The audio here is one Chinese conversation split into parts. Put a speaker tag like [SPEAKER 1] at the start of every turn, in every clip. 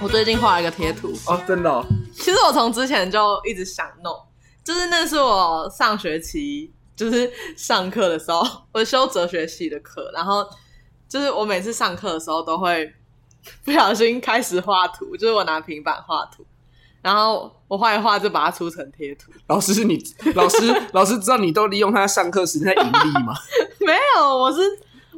[SPEAKER 1] 我最近画了一个贴图，
[SPEAKER 2] 哦，真的、哦，
[SPEAKER 1] 其实我从之前就一直想弄，就是那是我上学期就是上课的时候， 我修哲学系的课，然后就是我每次上课的时候都会不小心开始画图，就是我拿平板画图，然后我画一画就把它出成贴图。
[SPEAKER 2] 老师是你 老师老师知道你都利用他上课时间在盈利 吗？
[SPEAKER 1] 没有，我是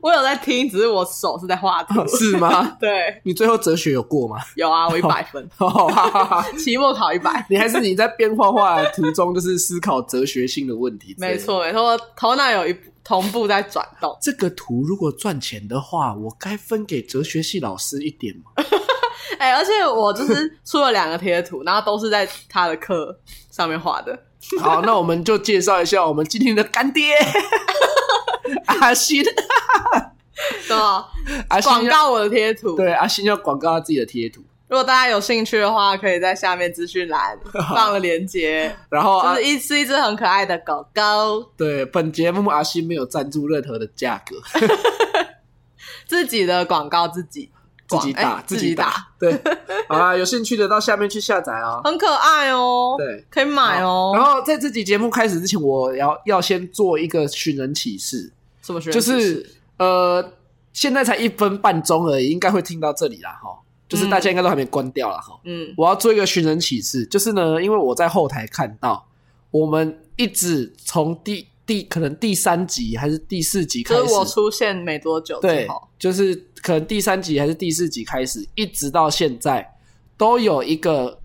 [SPEAKER 1] 我有在听，只是我手是在画图。
[SPEAKER 2] 哦是吗？
[SPEAKER 1] 对，
[SPEAKER 2] 你最后哲学有过吗？
[SPEAKER 1] 有啊，我一百分，
[SPEAKER 2] 哦 哈哈哈
[SPEAKER 1] 期末考一百。
[SPEAKER 2] 你还是你在变画画的途中，就是思考哲学性的问题。
[SPEAKER 1] 没，错，没错，我头脑有一部同步在转动。
[SPEAKER 2] 这个图如果赚钱的话，我该分给哲学系老师一点吗？
[SPEAKER 1] 哎、而且我就是出了两个贴图，然后都是在他的课上面画的。
[SPEAKER 2] 好，那我们就介绍一下我们今天的干爹 阿信，
[SPEAKER 1] 对吧？
[SPEAKER 2] 阿信
[SPEAKER 1] 广告我的贴图。
[SPEAKER 2] 对阿信要广告他自己的贴图，
[SPEAKER 1] 如果大家有兴趣的话，可以在下面资讯 栏放了链接。
[SPEAKER 2] 然后
[SPEAKER 1] 就
[SPEAKER 2] 啊
[SPEAKER 1] 是，一是一只很可爱的狗狗，
[SPEAKER 2] 对本节目阿信没有赞助任何的价格，
[SPEAKER 1] 自己的广告自己
[SPEAKER 2] 自
[SPEAKER 1] 广
[SPEAKER 2] 己
[SPEAKER 1] 哎
[SPEAKER 2] 打
[SPEAKER 1] 自
[SPEAKER 2] 己
[SPEAKER 1] 打，，
[SPEAKER 2] 对，好啊，有兴趣的到下面去下载啊。
[SPEAKER 1] 很可爱哦。
[SPEAKER 2] 对，
[SPEAKER 1] 可以买哦。
[SPEAKER 2] 然后在这集节目开始之前，我要要先做一个寻人启事，
[SPEAKER 1] 什么学？
[SPEAKER 2] 就是呃，现在才一分半钟而已，应该会听到这里啦哈，就是大家应该都还没关掉啦哈。
[SPEAKER 1] 嗯
[SPEAKER 2] 我要做一个寻人启事，就是呢，因为我在后台看到，我们一直从第第可能第三集还是第四集开始，
[SPEAKER 1] 就是我出现没多久之
[SPEAKER 2] 对
[SPEAKER 1] 后，，
[SPEAKER 2] 就是可能第三集还是第四集开始，一直到现在都有一个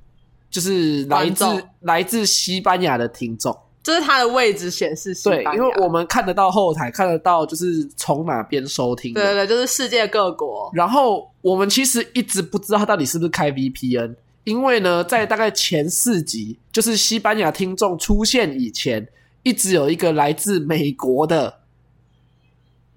[SPEAKER 2] 就是来自
[SPEAKER 1] 观众
[SPEAKER 2] 来自西班牙的听众，
[SPEAKER 1] 就是它的位置显示西
[SPEAKER 2] 对
[SPEAKER 1] 班，牙
[SPEAKER 2] 因为我们看得到后台，看得到就是从哪边收听的，
[SPEAKER 1] 对对对，就是世界各国，
[SPEAKER 2] 然后我们其实一直不知道他到底是不是开 VPN，因为呢，在大概前四集，就是西班牙听众出现以前，一直有一个来自美国的，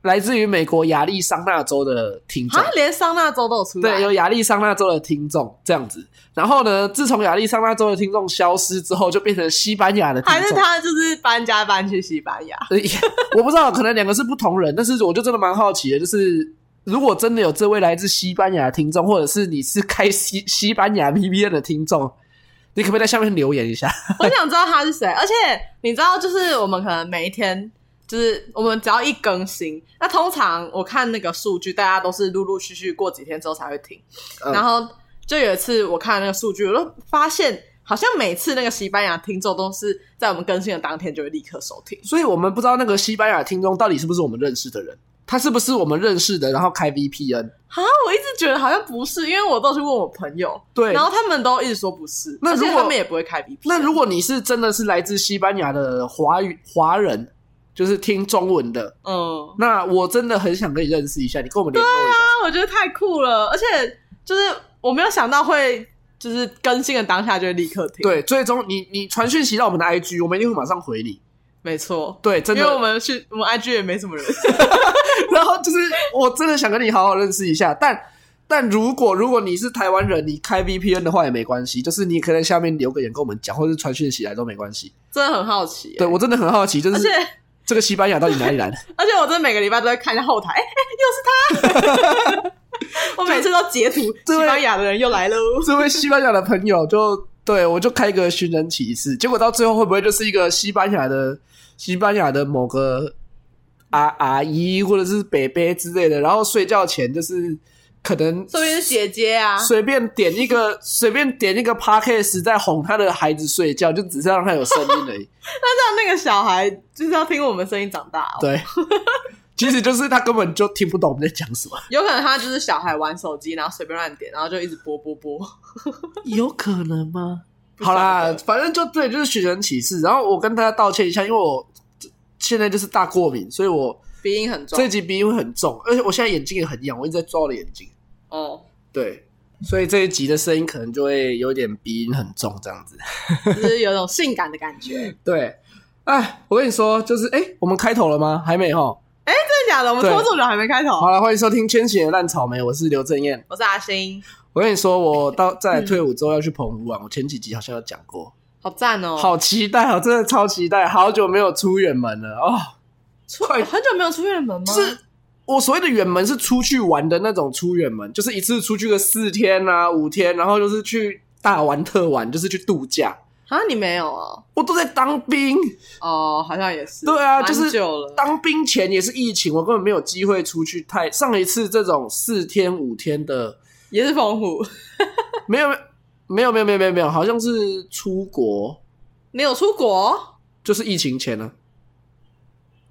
[SPEAKER 2] 来自于美国亚利桑那州的听众
[SPEAKER 1] 啊，，连桑那州都有出来。
[SPEAKER 2] 对，有亚利桑那州的听众这样子。然后呢，自从亚利桑那州的听众消失之后，就变成西班牙的 听
[SPEAKER 1] 还是
[SPEAKER 2] 众。
[SPEAKER 1] 他就是搬家搬去西班牙？
[SPEAKER 2] 呃也我不知道，可能两个是不同人，但是我就真的蛮好奇的，就是如果真的有这位来自西班牙的听众，或者是你是开西西班牙 VPN 的听众，你可不可以在下面留言一下？
[SPEAKER 1] 我想知道他是谁。而且你知道，就是我们可能每一天，就是我们只要一更新，那通常我看那个数据，大家都是陆陆续续过几天之后才会停。
[SPEAKER 2] 嗯
[SPEAKER 1] 然后就有一次我看那个数据，我就发现好像每次那个西班牙听众都是在我们更新的当天就会立刻收听。
[SPEAKER 2] 所以我们不知道那个西班牙听众到底是不是我们认识的人，他是不是我们认识的，然后开 VPN。
[SPEAKER 1] 啊，我一直觉得好像不是，因为我都去问我朋友，
[SPEAKER 2] 对
[SPEAKER 1] 然，后他们都一直说不是，
[SPEAKER 2] 那
[SPEAKER 1] 而且
[SPEAKER 2] 如果
[SPEAKER 1] 他们也不会开 VPN。
[SPEAKER 2] 那如果你是真的是来自西班牙的华语华人，就是听中文的，
[SPEAKER 1] 嗯，
[SPEAKER 2] 那我真的很想跟你认识一下，你跟我们联络一下。
[SPEAKER 1] 那我觉得太酷了，而且就是我没有想到会就是更新的当下就会立刻停。，
[SPEAKER 2] 对，啊最终你你传讯息到我们的 IG，我们一定会马上回你。
[SPEAKER 1] 没错，
[SPEAKER 2] 对，真
[SPEAKER 1] 因为我
[SPEAKER 2] 的。
[SPEAKER 1] 们去我们 IG 也没什么人，
[SPEAKER 2] 然后就是我真的想跟你好好认识一下，但但如果如果你是台湾人，你开 VPN 的话也没关系，就是你可以在下面留个言跟我们讲，或者是传讯息来都没关系。
[SPEAKER 1] 真的很好奇。
[SPEAKER 2] 对，我真的很好奇，就
[SPEAKER 1] 而且
[SPEAKER 2] 是这个西班牙到底哪里来的？
[SPEAKER 1] 而且我真的每个礼拜都会看一下后台，哎、哎、又是他，我每次都截图，
[SPEAKER 2] 对
[SPEAKER 1] 西班牙的人又来喽。
[SPEAKER 2] 这位西班牙的朋友就对我就开一个寻人启事，结果到最后会不会就是一个西班牙的西班牙的某个阿阿姨或者是北北之类的，然后睡觉前就是可能
[SPEAKER 1] 说明是姐姐啊，
[SPEAKER 2] 随便点一个随便点一个 podcast 在哄他的孩子睡觉，就只是让他有声音而已。
[SPEAKER 1] 那这样那个小孩就是要听我们声音长大哦。
[SPEAKER 2] 对，其实就是他根本就听不懂我们在讲什么，
[SPEAKER 1] 有可能他就是小孩玩手机，然后随便乱点，然后就一直播播播。
[SPEAKER 2] 有可能吗？
[SPEAKER 1] 不
[SPEAKER 2] 好啦
[SPEAKER 1] 晓，得
[SPEAKER 2] 反正就对，就是寻人启事。然后我跟大家道歉一下，因为我现在就是大过敏，所以我
[SPEAKER 1] 鼻音很重
[SPEAKER 2] 这一集鼻音会很重，而且我现在眼睛也很痒，我一直在抓我的眼睛。
[SPEAKER 1] 哦，
[SPEAKER 2] 对，所以这一集的声音可能就会有点鼻音很重这样子。
[SPEAKER 1] 就是有一种性感的感觉。
[SPEAKER 2] 对，哎，我跟你说，就是哎、我们开头了吗？还没哈。
[SPEAKER 1] 真的假的？我们
[SPEAKER 2] 对
[SPEAKER 1] 拖这么久还没开头
[SPEAKER 2] 好。了，欢迎收听《千禧的烂草莓》，我是刘正燕。
[SPEAKER 1] 我是阿星，
[SPEAKER 2] 我跟你说，我到在退伍之后要去澎湖玩，我前几集好像有讲过，
[SPEAKER 1] 好赞哦！
[SPEAKER 2] 好期待哦，真的超期待，好久没有出远门了哦。快
[SPEAKER 1] 哎很久没有出远门吗？
[SPEAKER 2] 就是我所谓的远门是出去玩的那种出远门，就是一次出去个四天啊五天，然后就是去大玩特玩，就是去度假。
[SPEAKER 1] 啊，你没有哦？
[SPEAKER 2] 我都在当兵，
[SPEAKER 1] 哦，好像也是。
[SPEAKER 2] 对啊，
[SPEAKER 1] 蛮
[SPEAKER 2] 就是
[SPEAKER 1] 久了。
[SPEAKER 2] 当兵前也是疫情，我根本没有机会出去太。上一次这种四天五天的，
[SPEAKER 1] 也是澎湖，
[SPEAKER 2] 没有没有没有没有没有没有，好像是出国，
[SPEAKER 1] 你有出国
[SPEAKER 2] 就是疫情前呢、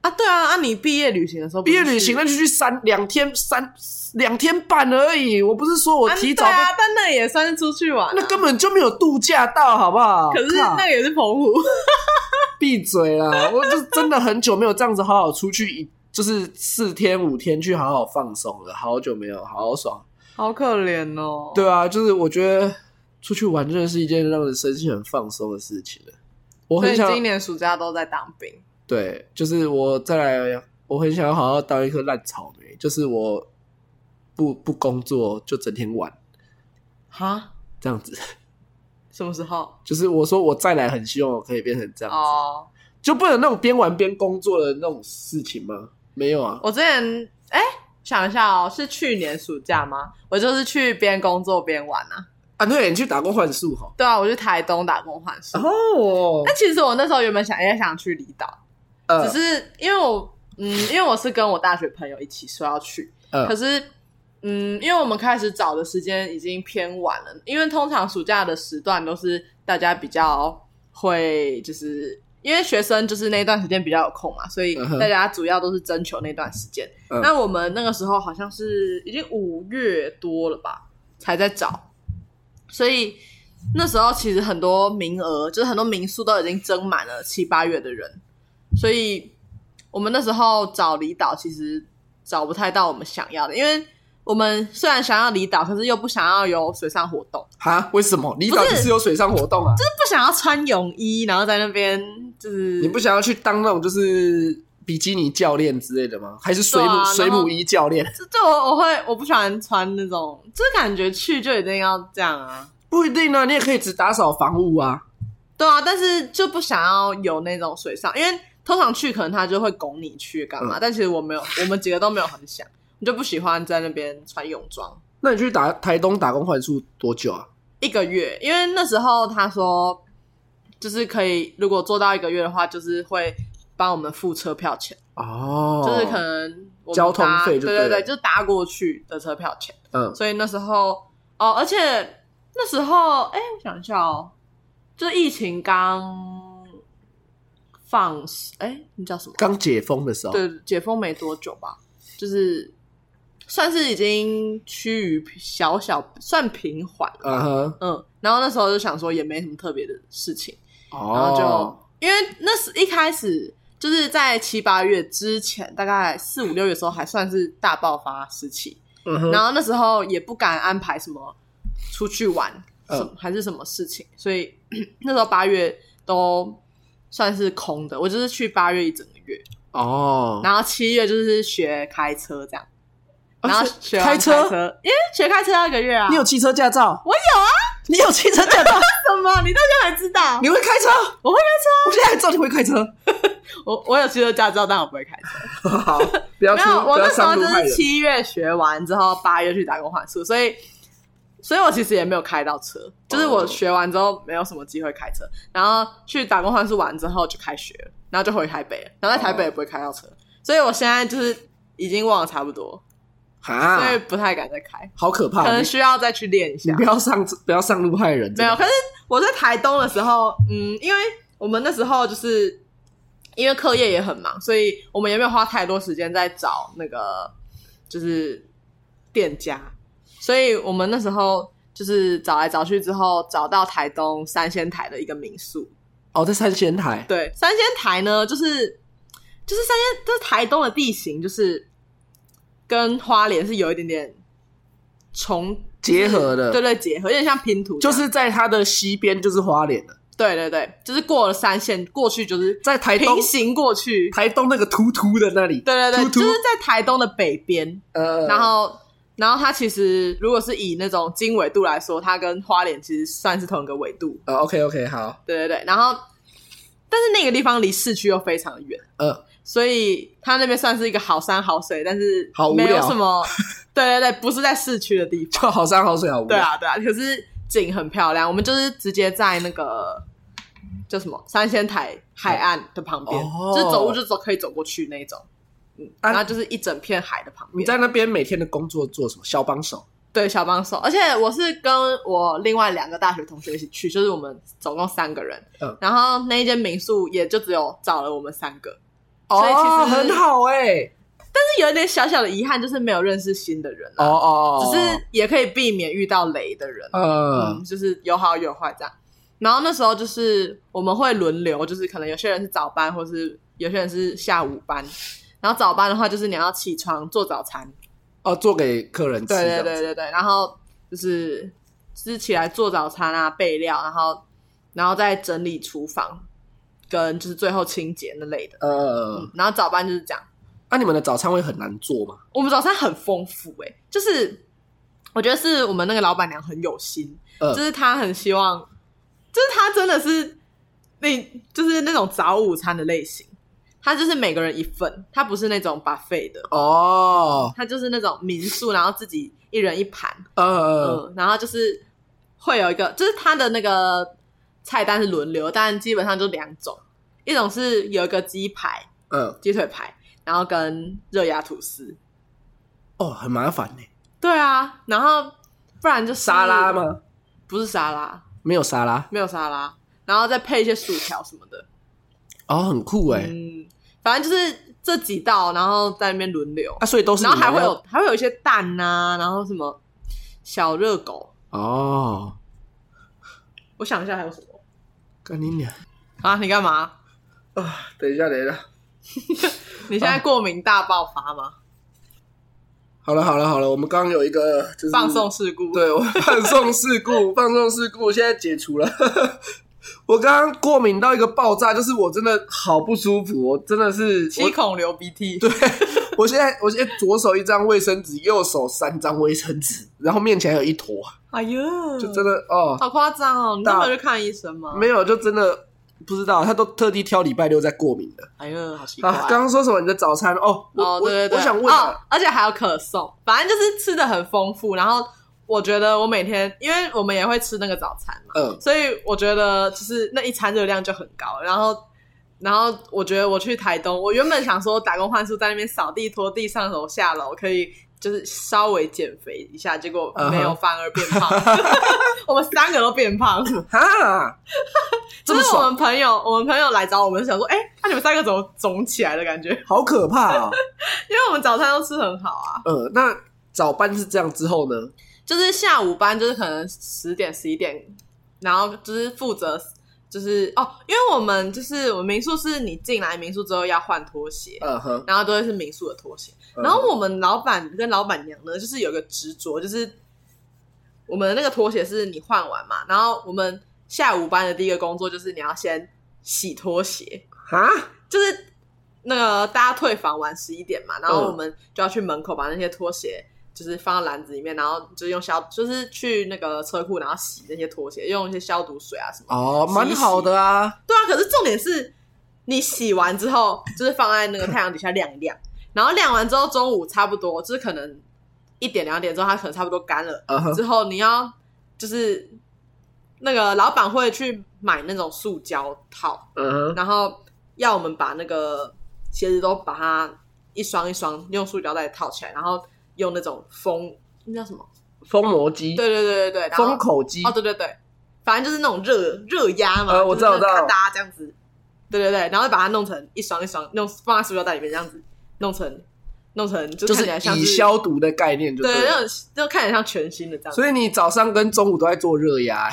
[SPEAKER 1] 啊？对啊，啊，你毕业旅行的时候不
[SPEAKER 2] 毕
[SPEAKER 1] 是去，
[SPEAKER 2] 业旅行那就去三两天三两天半而已，我不是说我
[SPEAKER 1] 啊
[SPEAKER 2] 提早被、
[SPEAKER 1] 对啊，但那也算是出去玩啊、
[SPEAKER 2] 那根本就没有度假到，好不好？
[SPEAKER 1] 可是
[SPEAKER 2] 靠
[SPEAKER 1] 那个也是澎湖，
[SPEAKER 2] 闭嘴 啦！我就真的很久没有这样子好好出去一，就是四天五天去好好放松了，好久没有，好爽。
[SPEAKER 1] 好可怜哦。
[SPEAKER 2] 对啊，就是我觉得出去玩真的是一件让人身心很放松的事情了。我
[SPEAKER 1] 所以
[SPEAKER 2] 很
[SPEAKER 1] 你
[SPEAKER 2] 想
[SPEAKER 1] 今年暑假都在当兵，
[SPEAKER 2] 对，就是我再来，我很想要好好当一颗烂草莓，就是我不不工作就整天玩
[SPEAKER 1] 哈？
[SPEAKER 2] 这样子。
[SPEAKER 1] 什么时候？
[SPEAKER 2] 就是我说我再来，很希望我可以变成这样子，
[SPEAKER 1] 哦，
[SPEAKER 2] 就不能那种边玩边工作的那种事情吗？没有啊，
[SPEAKER 1] 我之前哎、想一下哦，是去年暑假吗？我就是去边工作边玩啊。
[SPEAKER 2] 啊对，你去打工换宿哈。
[SPEAKER 1] 对啊，我去台东打工换宿。
[SPEAKER 2] 哦
[SPEAKER 1] 但其实我那时候原本想也想去离岛，
[SPEAKER 2] 呃，
[SPEAKER 1] 哎只是因为我嗯，因为我是跟我大学朋友一起说要去，
[SPEAKER 2] 呃
[SPEAKER 1] 可是嗯，因为我们开始找的时间已经偏晚了，因为通常暑假的时段都是大家比较会就是。因为学生就是那段时间比较有空嘛，所以
[SPEAKER 2] 嗯哼
[SPEAKER 1] 大家主要都是征求那段时间。
[SPEAKER 2] 嗯
[SPEAKER 1] 那我们那个时候好像是已经五月多了吧，才在找，所以那时候其实很多名额，就是很多民宿都已经征满了七八月的人，所以我们那时候找离岛，其实找不太到我们想要的，因为我们虽然想要离岛，可是又不想要有水上活动，
[SPEAKER 2] 哈，为什么离岛
[SPEAKER 1] 不
[SPEAKER 2] 就是是有水上活动啊？
[SPEAKER 1] 就是不想要穿泳衣，然后在那边就是
[SPEAKER 2] 你不想要去当那种就是比基尼教练之类的吗？还是水母、
[SPEAKER 1] 对啊然后
[SPEAKER 2] 水母衣教练？
[SPEAKER 1] 就就我我会我不喜欢穿那种，就是感觉去就一定要这样啊，
[SPEAKER 2] 不一定啊，你也可以只打扫房屋啊。
[SPEAKER 1] 对啊，但是就不想要有那种水上，因为通常去可能他就会拱你去干嘛，
[SPEAKER 2] 嗯
[SPEAKER 1] 但其实我没有，我们几个都没有很想，我就不喜欢在那边穿泳装。
[SPEAKER 2] 那你去打台东打工换宿多久啊？
[SPEAKER 1] 一个月，因为那时候他说，就是可以，如果做到一个月的话，就是会帮我们付车票钱，
[SPEAKER 2] 哦，
[SPEAKER 1] 就是可能我们
[SPEAKER 2] 交通
[SPEAKER 1] 搭
[SPEAKER 2] 费就
[SPEAKER 1] 对
[SPEAKER 2] 对
[SPEAKER 1] 对，
[SPEAKER 2] 了
[SPEAKER 1] 就是搭过去的车票钱。
[SPEAKER 2] 嗯
[SPEAKER 1] 所以那时候哦，而且那时候哎、我想一下哦，就是疫情刚放哎、那叫什么？
[SPEAKER 2] 刚解封的时候，
[SPEAKER 1] 对，解封没多久吧，就是算是已经趋于小小算平缓了。
[SPEAKER 2] 嗯哼，
[SPEAKER 1] 嗯，然后那时候就想说也没什么特别的事情，
[SPEAKER 2] 哦，
[SPEAKER 1] 然后就、因为那是一开始就是在七八月之前，大概四五六月的时候还算是大爆发时期，
[SPEAKER 2] 嗯哼，
[SPEAKER 1] 然后那时候也不敢安排什么出去玩，
[SPEAKER 2] 嗯
[SPEAKER 1] 什么还是什么事情，所以 那时候八月都算是空的，我就是去八月一整个月，
[SPEAKER 2] 哦，
[SPEAKER 1] 然后七月就是学开车这样，
[SPEAKER 2] 啊
[SPEAKER 1] 然后
[SPEAKER 2] 是
[SPEAKER 1] 学完
[SPEAKER 2] 开
[SPEAKER 1] 车，因为学开车要一个月啊，
[SPEAKER 2] 你有汽车驾照？
[SPEAKER 1] 我有啊，
[SPEAKER 2] 你有汽车驾 照？
[SPEAKER 1] 什么？你到现在还知道？
[SPEAKER 2] 你会开车？
[SPEAKER 1] 我会
[SPEAKER 2] 我现在还知道你会开车。
[SPEAKER 1] 我我有汽车驾照，但我不会开车。
[SPEAKER 2] 好，不要
[SPEAKER 1] 没
[SPEAKER 2] 出，
[SPEAKER 1] 有，我
[SPEAKER 2] 不要
[SPEAKER 1] 那时候
[SPEAKER 2] 伤
[SPEAKER 1] 就
[SPEAKER 2] 啊路害
[SPEAKER 1] 是
[SPEAKER 2] 人。
[SPEAKER 1] 七月学完之后，八月去打工换宿，所以，所以我其实也没有开到车，就是我学完之后没有什么机会开车，然后去打工换宿完之后就开学了，然后就回台北了，然后在台北也不会开到车，所以我现在就是已经忘了差不多，
[SPEAKER 2] 哈，
[SPEAKER 1] 所以不太敢再开，
[SPEAKER 2] 好可怕！
[SPEAKER 1] 可能
[SPEAKER 2] 啊你
[SPEAKER 1] 需要再去练一
[SPEAKER 2] 你
[SPEAKER 1] 下
[SPEAKER 2] 不。要上不要上路害人，
[SPEAKER 1] 没有，
[SPEAKER 2] 真的
[SPEAKER 1] 可是我在台东的时候，嗯，因为我们那时候就是因为课业也很忙，所以我们也没有花太多时间在找那个就是店家，所以我们那时候就是找来找去之后，找到台东三仙台的一个民宿。
[SPEAKER 2] 哦，在三仙台，
[SPEAKER 1] 对，三仙台呢，就是就是三仙，就是台东的地形，就是跟花莲是有一点点重
[SPEAKER 2] 结合的
[SPEAKER 1] 对对，结合有点像拼图这
[SPEAKER 2] 就
[SPEAKER 1] 样，
[SPEAKER 2] 是在它的西边就是花莲了，
[SPEAKER 1] 对对对，就是过了三线过去，就是
[SPEAKER 2] 在台东
[SPEAKER 1] 平行过去。
[SPEAKER 2] 台东那个突突的那里，
[SPEAKER 1] 对对对，
[SPEAKER 2] 突突
[SPEAKER 1] 就是在台东的北边。
[SPEAKER 2] 呃，
[SPEAKER 1] 然后，然后它其实如果是以那种经纬度来说，它跟花莲其实算是同一个纬度。
[SPEAKER 2] 呃，OK OK，好，
[SPEAKER 1] 对对对，然后但是那个地方离市区又非常的远，
[SPEAKER 2] 呃，
[SPEAKER 1] 所以它那边算是一个好山好水，但是
[SPEAKER 2] 好无
[SPEAKER 1] 没有
[SPEAKER 2] 聊
[SPEAKER 1] 什么， 对对对，不是在市区的地方。
[SPEAKER 2] 就好山好水好无
[SPEAKER 1] 对
[SPEAKER 2] 聊。
[SPEAKER 1] 啊，对啊，可是景很漂亮。我们就是直接在那个叫什么三仙台海岸的旁边，
[SPEAKER 2] 哦
[SPEAKER 1] 就是走路就走可以走过去那种。嗯，
[SPEAKER 2] 啊
[SPEAKER 1] 然后就是一整片海的旁
[SPEAKER 2] 你
[SPEAKER 1] 边。
[SPEAKER 2] 在那边每天的工作做什么？小帮手。
[SPEAKER 1] 对小帮手，而且我是跟我另外两个大学同学一起去，就是我们总共三个人。
[SPEAKER 2] 嗯
[SPEAKER 1] 然后那一间民宿也就只有找了我们三个，所以其实
[SPEAKER 2] 哦，很好哎、
[SPEAKER 1] 但是有一点小小的遗憾，就是没有认识新的人
[SPEAKER 2] 哦
[SPEAKER 1] 啊，
[SPEAKER 2] 哦，哦
[SPEAKER 1] 只是也可以避免遇到雷的人。
[SPEAKER 2] 呃
[SPEAKER 1] 嗯，，就是有好有坏这样。然后那时候就是我们会轮流，就是可能有些人是早班，或是有些人是下午班。然后早班的话，就是你要起床做早餐，
[SPEAKER 2] 哦，做给客人吃。
[SPEAKER 1] 对对
[SPEAKER 2] 这样
[SPEAKER 1] 对
[SPEAKER 2] 子，
[SPEAKER 1] 对对。然后就是就是起来做早餐啊，备料，然后然后再整理厨房，跟就是最后清洁那类的。
[SPEAKER 2] 呃啊
[SPEAKER 1] 嗯，，然后早班就是这样。
[SPEAKER 2] 那、你们的早餐会很难做吗？
[SPEAKER 1] 我们早餐很丰富诶、就是我觉得是我们那个老板娘很有心，
[SPEAKER 2] 呃
[SPEAKER 1] 就是她很希望，就是她真的是那就是那种早午餐的类型，她就是每个人一份，她不是那种 buffet 的，
[SPEAKER 2] 哦，
[SPEAKER 1] 她就是那种民宿，然后自己一人一盘，
[SPEAKER 2] 呃，
[SPEAKER 1] 嗯，然后就是会有一个，就是它的那个菜单是轮流，但基本上就两种，一种是有一个鸡排、
[SPEAKER 2] 呃，
[SPEAKER 1] 鸡腿排，然后跟热压吐司，
[SPEAKER 2] 哦，很麻烦呢、
[SPEAKER 1] 对啊，然后不然就是
[SPEAKER 2] 沙拉？吗？
[SPEAKER 1] 不是沙拉，
[SPEAKER 2] 嗯没有沙拉，
[SPEAKER 1] 没有沙拉，然后再配一些薯条什么的。
[SPEAKER 2] 哦，很酷哎、
[SPEAKER 1] 嗯，反正就是这几道，然后在那边轮流，
[SPEAKER 2] 啊，所以都是
[SPEAKER 1] 然后
[SPEAKER 2] 你们
[SPEAKER 1] 还会
[SPEAKER 2] 要
[SPEAKER 1] 有还会有一些蛋呐、然后什么小热狗，
[SPEAKER 2] 哦，
[SPEAKER 1] 我想一下还有什么
[SPEAKER 2] 干你娘！
[SPEAKER 1] 啊？你干嘛？
[SPEAKER 2] 等一下，等一下，
[SPEAKER 1] 你现在过敏大爆发
[SPEAKER 2] 啊
[SPEAKER 1] 吗？
[SPEAKER 2] 好了，好了，好了，我们刚刚有一个就是
[SPEAKER 1] 放送事故？，
[SPEAKER 2] 对我放送事 故，放送事故现在解除了。 我刚刚过敏到一个爆炸，就是我真的好不舒服，我真的是
[SPEAKER 1] 七
[SPEAKER 2] 我
[SPEAKER 1] 孔流鼻涕。
[SPEAKER 2] 对，我现在我现在左手一张卫生纸，右手三张卫生纸，然后面前还有一坨，
[SPEAKER 1] 哎呀，
[SPEAKER 2] 就真的哦，
[SPEAKER 1] 好夸张哦！你那
[SPEAKER 2] 大
[SPEAKER 1] 么去看医生吗？
[SPEAKER 2] 没有，就真的不知道，他都特地挑礼拜六在过敏的。
[SPEAKER 1] 哎呀，好奇怪。
[SPEAKER 2] 啊，刚刚说什么？你的早餐哦，我
[SPEAKER 1] 哦，
[SPEAKER 2] 我
[SPEAKER 1] 对对对，
[SPEAKER 2] 我想问啊
[SPEAKER 1] 哦，而且还有可颂，反正就是吃的很丰富。然后我觉得我每天，因为我们也会吃那个早餐嘛，
[SPEAKER 2] 嗯，
[SPEAKER 1] 所以我觉得就是那一餐热量就很高。然后，然后我觉得我去台东，我原本想说打工换宿在那边扫地、拖地、上楼下楼，可以就是稍微减肥一下，结果没有，
[SPEAKER 2] 嗯哼
[SPEAKER 1] 反而变胖。 我们三个都变胖。
[SPEAKER 2] 哈，这
[SPEAKER 1] 就
[SPEAKER 2] 么
[SPEAKER 1] 是我
[SPEAKER 2] 爽，
[SPEAKER 1] 们朋友，我们朋友来找我们，想说，哎、那、你们三个怎么肿起来的感觉？
[SPEAKER 2] 好可怕啊！
[SPEAKER 1] 因为我们早餐都吃很好啊。
[SPEAKER 2] 呃，那早班是这样之后呢？
[SPEAKER 1] 就是下午班，就是可能十点十一点，然后就是负责就是哦，因为我们就是我们民宿是你进来民宿之后要换拖鞋，
[SPEAKER 2] 嗯哼，
[SPEAKER 1] 然后都会是民宿的拖鞋。
[SPEAKER 2] 嗯
[SPEAKER 1] 然后我们老板跟老板娘呢，就是有个执着，就是我们的那个拖鞋是你换完嘛，然后我们下午班的第一个工作就是你要先洗拖鞋，
[SPEAKER 2] 哈，
[SPEAKER 1] 就是那个大家退房完十一点嘛，然后
[SPEAKER 2] 嗯
[SPEAKER 1] 我们就要去门口把那些拖鞋就是放到篮子里面，然后就是用消就是去那个车库，然后洗那些拖鞋，用一些消毒水啊什么。
[SPEAKER 2] 哦，
[SPEAKER 1] 洗一洗
[SPEAKER 2] 蛮好的啊，
[SPEAKER 1] 对啊，可是重点是你洗完之后，就是放在那个太阳底下晾一晾，然后晾完之后中午差不多就是可能一点两点之后，它可能差不多干了，
[SPEAKER 2] 嗯哼，
[SPEAKER 1] 之后你要就是那个老板会去买那种塑胶套，
[SPEAKER 2] 嗯哼，
[SPEAKER 1] 然后要我们把那个鞋子都把它一双一双用塑胶袋套起来，然后用那种封那叫什么？
[SPEAKER 2] 封膜机，
[SPEAKER 1] 对对对对对，然后
[SPEAKER 2] 封口机
[SPEAKER 1] 哦，，对对对，反正就是那种热热压嘛，
[SPEAKER 2] 呃我知道
[SPEAKER 1] 就是那
[SPEAKER 2] 我知
[SPEAKER 1] 个
[SPEAKER 2] 道
[SPEAKER 1] 哒哒这样子，对对对，然后把它弄成一双一双，用放在塑胶袋里面这样子弄成弄成，就
[SPEAKER 2] 就
[SPEAKER 1] 看
[SPEAKER 2] 是
[SPEAKER 1] 起来像
[SPEAKER 2] 以
[SPEAKER 1] 是
[SPEAKER 2] 消毒的概念，就
[SPEAKER 1] 对
[SPEAKER 2] 了
[SPEAKER 1] 那种就看起来像全新的这样子，
[SPEAKER 2] 所以你早上跟中午都在做热压，哎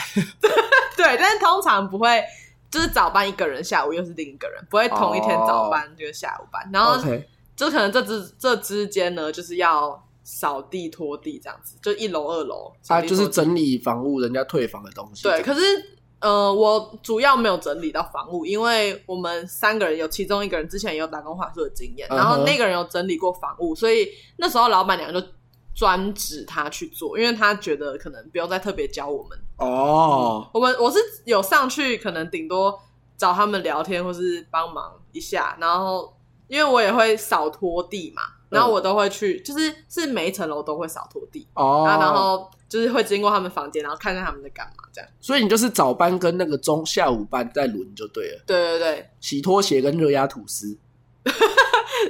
[SPEAKER 1] 对，但是通常不会。就是早班一个人，下午又是另一个人，不会同一天
[SPEAKER 2] 哦
[SPEAKER 1] 早班就是下午班。然后
[SPEAKER 2] OK，
[SPEAKER 1] 就可能这之这之间呢，就是要扫地拖地这样子，就一楼二楼
[SPEAKER 2] 啊，
[SPEAKER 1] 扫地
[SPEAKER 2] 就
[SPEAKER 1] 拖地
[SPEAKER 2] 是整理房屋人家退房的东西。
[SPEAKER 1] 对。可是呃，我主要没有整理到房屋，因为我们三个人有其中一个人之前也有打工换宿的经验，
[SPEAKER 2] 嗯哼
[SPEAKER 1] 然后那个人有整理过房屋，所以那时候老板娘就专指他去做，因为他觉得可能不用再特别教我们。
[SPEAKER 2] 哦，
[SPEAKER 1] 我们我是有上去，可能顶多找他们聊天或是帮忙一下，然后因因为我也会扫拖地嘛，然后
[SPEAKER 2] 嗯
[SPEAKER 1] 我都会去，就是是每一层楼都会扫拖地，
[SPEAKER 2] 哦，
[SPEAKER 1] 啊，然后就是会经过他们房间，然后看看他们在干嘛这样。
[SPEAKER 2] 所以你就是早班跟那个中下午班在轮就对了，
[SPEAKER 1] 对对对，
[SPEAKER 2] 洗拖鞋跟热压吐司，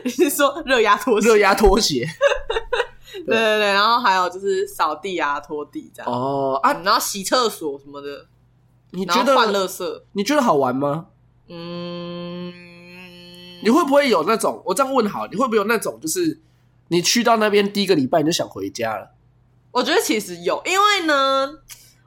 [SPEAKER 1] 你是说热压拖鞋？
[SPEAKER 2] 热压拖鞋
[SPEAKER 1] 对对对，然后还有就是扫地啊、拖地这样，
[SPEAKER 2] 哦啊，
[SPEAKER 1] 嗯然后洗厕所什么的，
[SPEAKER 2] 你觉
[SPEAKER 1] 然后换
[SPEAKER 2] 得
[SPEAKER 1] 垃圾。
[SPEAKER 2] 你觉得好玩吗？
[SPEAKER 1] 嗯，
[SPEAKER 2] 你会不会有那种？我这样问好，你会不会有那种就是你去到那边第一个礼拜你就想回家了？
[SPEAKER 1] 我觉得其实有，因为呢，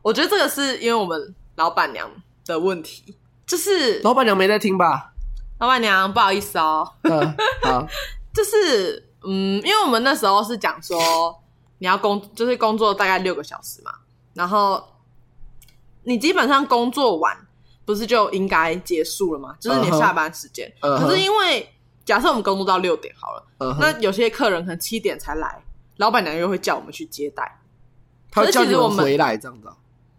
[SPEAKER 1] 我觉得这个是因为我们老板娘的问题，就是
[SPEAKER 2] 老板娘没在听吧？
[SPEAKER 1] 老板娘不好意思哦，
[SPEAKER 2] 嗯，好，
[SPEAKER 1] 就是嗯，因为我们那时候是讲说你要工，就是工作大概六个小时嘛，然后你基本上工作完不是就应该结束了嘛，就是你
[SPEAKER 2] 嗯哼
[SPEAKER 1] 下班时间。
[SPEAKER 2] 嗯哼
[SPEAKER 1] 可是因为假设我们工作到六点好了，
[SPEAKER 2] 嗯哼，
[SPEAKER 1] 那有些客人可能七点才来，老板娘又会叫我们去接待。
[SPEAKER 2] 他会叫你
[SPEAKER 1] 可是其实我
[SPEAKER 2] 们
[SPEAKER 1] 们
[SPEAKER 2] 回来这样子哦、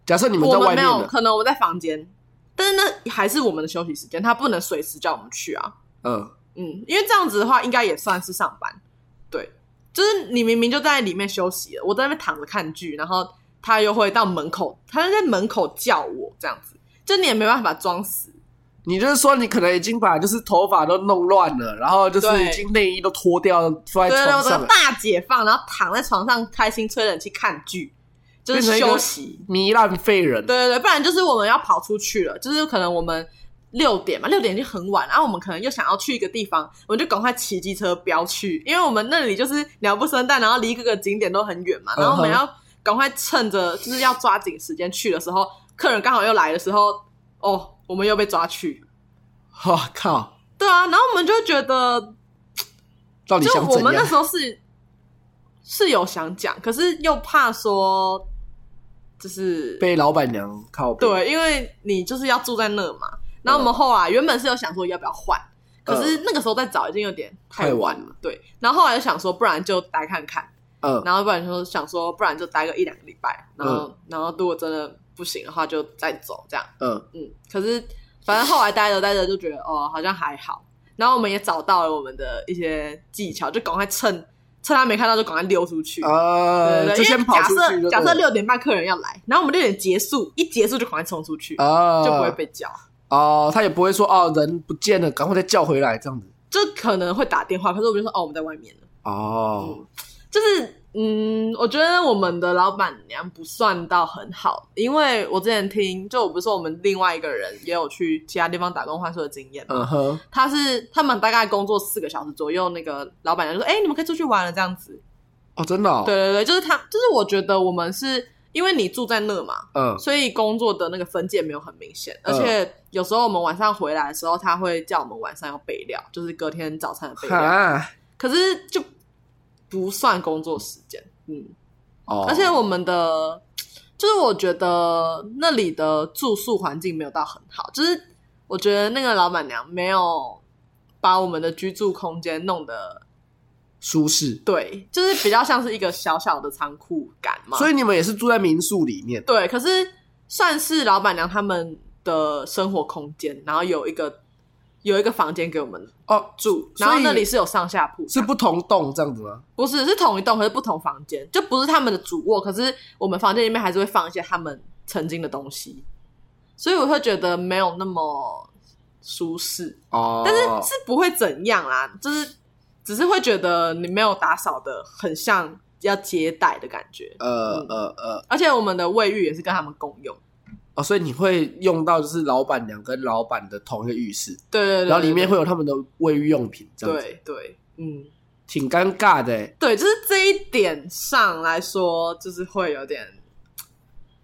[SPEAKER 2] 假设你们在
[SPEAKER 1] 我
[SPEAKER 2] 外
[SPEAKER 1] 们没
[SPEAKER 2] 面
[SPEAKER 1] 有，
[SPEAKER 2] 了，
[SPEAKER 1] 可能我在房间，但是那还是我们的休息时间，他不能随时叫我们去啊。
[SPEAKER 2] 嗯，
[SPEAKER 1] 嗯，因为这样子的话，应该也算是上班。对，就是你明明就在里面休息了，我在那边躺着看剧，然后他又会到门口，他就在门口叫我这样子，就你也没办法装死。
[SPEAKER 2] 你就是说你可能已经把就是头发都弄乱了，然后就是
[SPEAKER 1] 对
[SPEAKER 2] 已经内衣都脱掉，坐
[SPEAKER 1] 对
[SPEAKER 2] 在
[SPEAKER 1] 对，
[SPEAKER 2] 床
[SPEAKER 1] 我
[SPEAKER 2] 上
[SPEAKER 1] 的
[SPEAKER 2] 了，
[SPEAKER 1] 大解放，然后躺在床上开心吹冷气看剧，就是
[SPEAKER 2] 变成一
[SPEAKER 1] 休
[SPEAKER 2] 个
[SPEAKER 1] 息。
[SPEAKER 2] 糜烂废人。
[SPEAKER 1] 对对对，不然就是我们要跑出去了，就是可能我们六点嘛，六点已经很晚，然、后我们可能又想要去一个地方，我们就赶快骑机车飙去，因为我们那里就是鸟不生蛋，然后离各个景点都很远嘛，然后我们
[SPEAKER 2] 嗯哼
[SPEAKER 1] 要赶快趁着就是要抓紧时间去的时候，客人刚好又来的时候，哦，我们又被抓去。
[SPEAKER 2] 我、靠，
[SPEAKER 1] 对啊，然后我们就觉得，
[SPEAKER 2] 到底
[SPEAKER 1] 就
[SPEAKER 2] 想
[SPEAKER 1] 我
[SPEAKER 2] 怎
[SPEAKER 1] 们那
[SPEAKER 2] 样？
[SPEAKER 1] 时候是是有想讲，可是又怕说，就是
[SPEAKER 2] 被老板娘靠背，
[SPEAKER 1] 对，因为你就是要住在那嘛。然
[SPEAKER 2] 嗯
[SPEAKER 1] 后我们后来原本是有想说要不要换，可是那个时候再找已经有点太晚
[SPEAKER 2] 太晚
[SPEAKER 1] 了。对，然后后来就想说，不然就待看看，
[SPEAKER 2] 嗯，
[SPEAKER 1] 然后不然就想说，不然就待个一两个礼拜，然后、然后如果真的不行的话，就再走这样。
[SPEAKER 2] 嗯
[SPEAKER 1] 嗯，可是反正后来待着待着就觉得哦，好像还好。然后我们也找到了我们的一些技巧，就赶快趁趁他没看到就赶快溜出去。对
[SPEAKER 2] 呃，
[SPEAKER 1] 对
[SPEAKER 2] 就
[SPEAKER 1] 对，因
[SPEAKER 2] 先
[SPEAKER 1] 为
[SPEAKER 2] 跑
[SPEAKER 1] 假
[SPEAKER 2] 出去
[SPEAKER 1] 设
[SPEAKER 2] 就
[SPEAKER 1] 假设
[SPEAKER 2] 对了
[SPEAKER 1] 六点半客人要来，然后我们六点结束，一结束就赶快冲出去，
[SPEAKER 2] 啊，
[SPEAKER 1] 就不会被叫，
[SPEAKER 2] 哦，他也不会说哦人不见了，赶快再叫回来这样子
[SPEAKER 1] 就可能会打电话，可是我们就说哦我们在外面了，嗯
[SPEAKER 2] 哦，
[SPEAKER 1] 就是嗯，我觉得我们的老板娘不算到很好，因为我之前听，就我不是说我们另外一个人也有去其他地方打工换宿的经验嘛，
[SPEAKER 2] 嗯哼，
[SPEAKER 1] 他是他们大概工作四个小时左右，那个老板娘就说：“哎、你们可以出去玩了。”这样子。
[SPEAKER 2] 哦真的、哦，
[SPEAKER 1] 对，对对，就是他，就是我觉得我们是因为你住在那嘛，
[SPEAKER 2] 嗯
[SPEAKER 1] 所以工作的那个分界没有很明显，而
[SPEAKER 2] 嗯
[SPEAKER 1] 且有时候我们晚上回来的时候，他会叫我们晚上要备料，就是隔天早餐的备料，
[SPEAKER 2] 哈，
[SPEAKER 1] 可是就不算工作时间。嗯，
[SPEAKER 2] 哦，
[SPEAKER 1] 而且我们的就是我觉得那里的住宿环境没有到很好，就是我觉得那个老板娘没有把我们的居住空间弄得
[SPEAKER 2] 舒适，
[SPEAKER 1] 对，就是比较像是一个小小的仓库感嘛。
[SPEAKER 2] 所
[SPEAKER 1] 以
[SPEAKER 2] 以你们也是住在民宿里面，
[SPEAKER 1] 对，可是算是老板娘他们的生活空间，然后有一个有一个房间给我们
[SPEAKER 2] 哦，
[SPEAKER 1] 住，
[SPEAKER 2] 所
[SPEAKER 1] 然
[SPEAKER 2] 以
[SPEAKER 1] 后那里是有上下铺，
[SPEAKER 2] 是不同栋这样子吗？
[SPEAKER 1] 不是，是同一栋，可是不同房间，就不是他们的主卧，可是我们房间里面还是会放一些他们曾经的东西，所以我会觉得没有那么舒适，
[SPEAKER 2] 哦，
[SPEAKER 1] 但是是不会怎样啦，就是只是会觉得你没有打扫的很像要接待的感觉，
[SPEAKER 2] 呃呃呃
[SPEAKER 1] 而且我们的卫浴也是跟他们共用，
[SPEAKER 2] 哦，所以你会用到就是老板娘跟老板的同一个浴室，
[SPEAKER 1] 对对对
[SPEAKER 2] 然后里面会有他们的卫浴用品，这样子
[SPEAKER 1] 对对，嗯，
[SPEAKER 2] 挺尴尬的欸。
[SPEAKER 1] 对，就是这一点上来说，就是会有点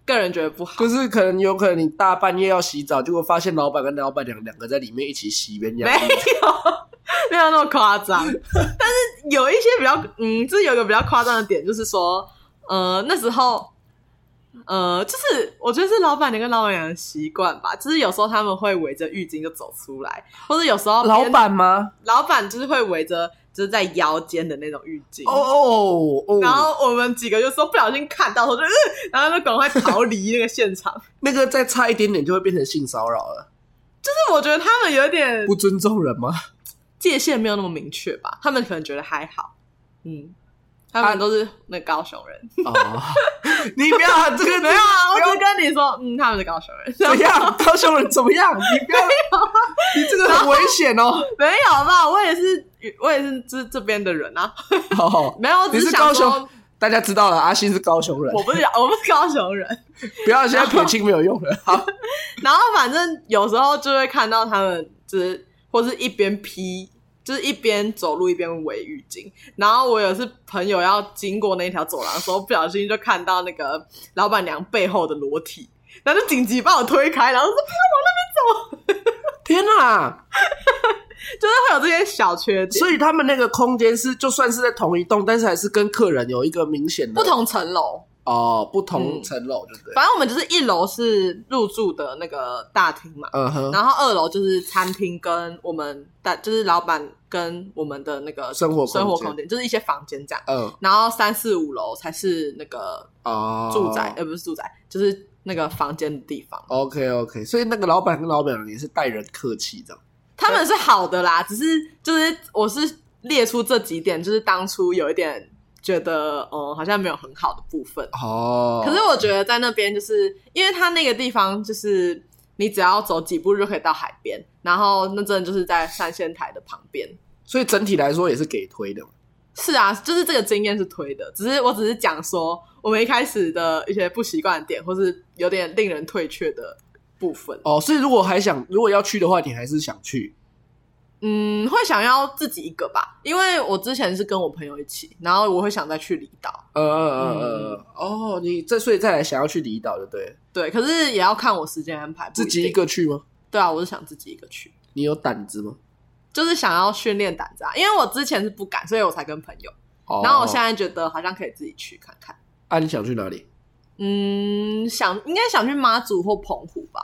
[SPEAKER 1] 个人觉得不好。
[SPEAKER 2] 就是可能有可能你大半夜要洗澡，结果发现老板跟老板娘两个在里面一起洗鸳
[SPEAKER 1] 没
[SPEAKER 2] 鸯浴，
[SPEAKER 1] 有，没有那么夸 张。但是有一些比较，嗯，就是有一个比较夸张的点，就是说，呃，那时候，呃，就是我觉得是老板娘跟老板娘的习惯吧，就是有时候他们会围着浴巾就走出来，或者有时候别
[SPEAKER 2] 哦老
[SPEAKER 1] 人
[SPEAKER 2] 板吗？
[SPEAKER 1] 老板就是会围着就是在腰间的那种浴巾。
[SPEAKER 2] 哦哦哦，
[SPEAKER 1] 然后我们几个就说不小心看到，我就、呃、然后就赶快逃离那个现场。
[SPEAKER 2] 那个再差一点点就会变成性骚扰了，
[SPEAKER 1] 但是我觉得他们有点
[SPEAKER 2] 不尊重人吗？
[SPEAKER 1] 其界限没有那么明确吧，他们可能觉得还好，嗯，他
[SPEAKER 2] 啊
[SPEAKER 1] 们都是那高雄人，
[SPEAKER 2] 哦，你不要这个
[SPEAKER 1] 没有啊，我
[SPEAKER 2] 不要
[SPEAKER 1] 只跟你说，嗯，他们是高雄人，
[SPEAKER 2] 怎么样？高雄人怎么样？你不要，你这个很危险哦。
[SPEAKER 1] 没有吧？我也是，我也是这这边的人啊，
[SPEAKER 2] 哦，
[SPEAKER 1] 没有，我
[SPEAKER 2] 你
[SPEAKER 1] 只
[SPEAKER 2] 是
[SPEAKER 1] 想
[SPEAKER 2] 高
[SPEAKER 1] 说，
[SPEAKER 2] 雄，大家知道了，阿信是高雄人，
[SPEAKER 1] 我不是我不是高雄人，
[SPEAKER 2] 不要现在撇清没有用 了。好，
[SPEAKER 1] 然后反正有时候就会看到他们就是或是一边披，就是一边走路一边围浴巾。然后我有一次朋友要经过那条走廊的时候，不小心就看到那个老板娘背后的裸体，然后就紧急把我推开，然后说
[SPEAKER 2] 天哪！
[SPEAKER 1] 就是会有这些小缺点，
[SPEAKER 2] 所以他们那个空间是就算是在同一栋，但是还是跟客人有一个明显的
[SPEAKER 1] 不同嗯层楼。
[SPEAKER 2] 哦，不同层楼，对不对？
[SPEAKER 1] 反正我们就是一楼是入住的那个大厅嘛，
[SPEAKER 2] 嗯哼，
[SPEAKER 1] 然后二楼就是餐厅跟我们大就是老板跟我们的那个
[SPEAKER 2] 生活空间
[SPEAKER 1] 生活空间，就是一些房间这样。
[SPEAKER 2] 嗯
[SPEAKER 1] 然后三四五楼才是那个
[SPEAKER 2] 哦，
[SPEAKER 1] 住宅，呃，不是住宅，就是那个房间的地方。
[SPEAKER 2] OK OK，所以那个老板跟老板娘也是待人客气的。
[SPEAKER 1] 他们是好的啦，只是就是我是列出这几点，就是当初有一点觉得，哦、好像没有很好的部分。
[SPEAKER 2] 哦，
[SPEAKER 1] 可是我觉得在那边，就是因为它那个地方，就是你只要走几步就可以到海边，然后那真的就是在三仙台的旁边。
[SPEAKER 2] 所以整体来说也是给推的嘛。
[SPEAKER 1] 是啊，就是这个经验是推的，只是我只是讲说我们一开始的一些不习惯的点，或是有点令人退却的部分。
[SPEAKER 2] 哦，所以如果还想如果要去的话，你还是想去。
[SPEAKER 1] 嗯，会想要自己一个吧，因为我之前是跟我朋友一起，然后我会想再去离岛，
[SPEAKER 2] 呃呃呃
[SPEAKER 1] 嗯
[SPEAKER 2] 呃，哦，你这所以再来想要去离岛，就对了，
[SPEAKER 1] 对，可是也要看我时间安排。不
[SPEAKER 2] 自己
[SPEAKER 1] 定
[SPEAKER 2] 一，个去吗？
[SPEAKER 1] 对啊，我是想自己一个去，
[SPEAKER 2] 你有胆子吗？
[SPEAKER 1] 就是想要训练胆子啊，因为我之前是不敢，所以我才跟朋友，
[SPEAKER 2] 哦
[SPEAKER 1] 然后我现在觉得好像可以自己去看看。
[SPEAKER 2] 啊，你想去哪里？
[SPEAKER 1] 嗯，想应该想去妈祖或澎湖吧，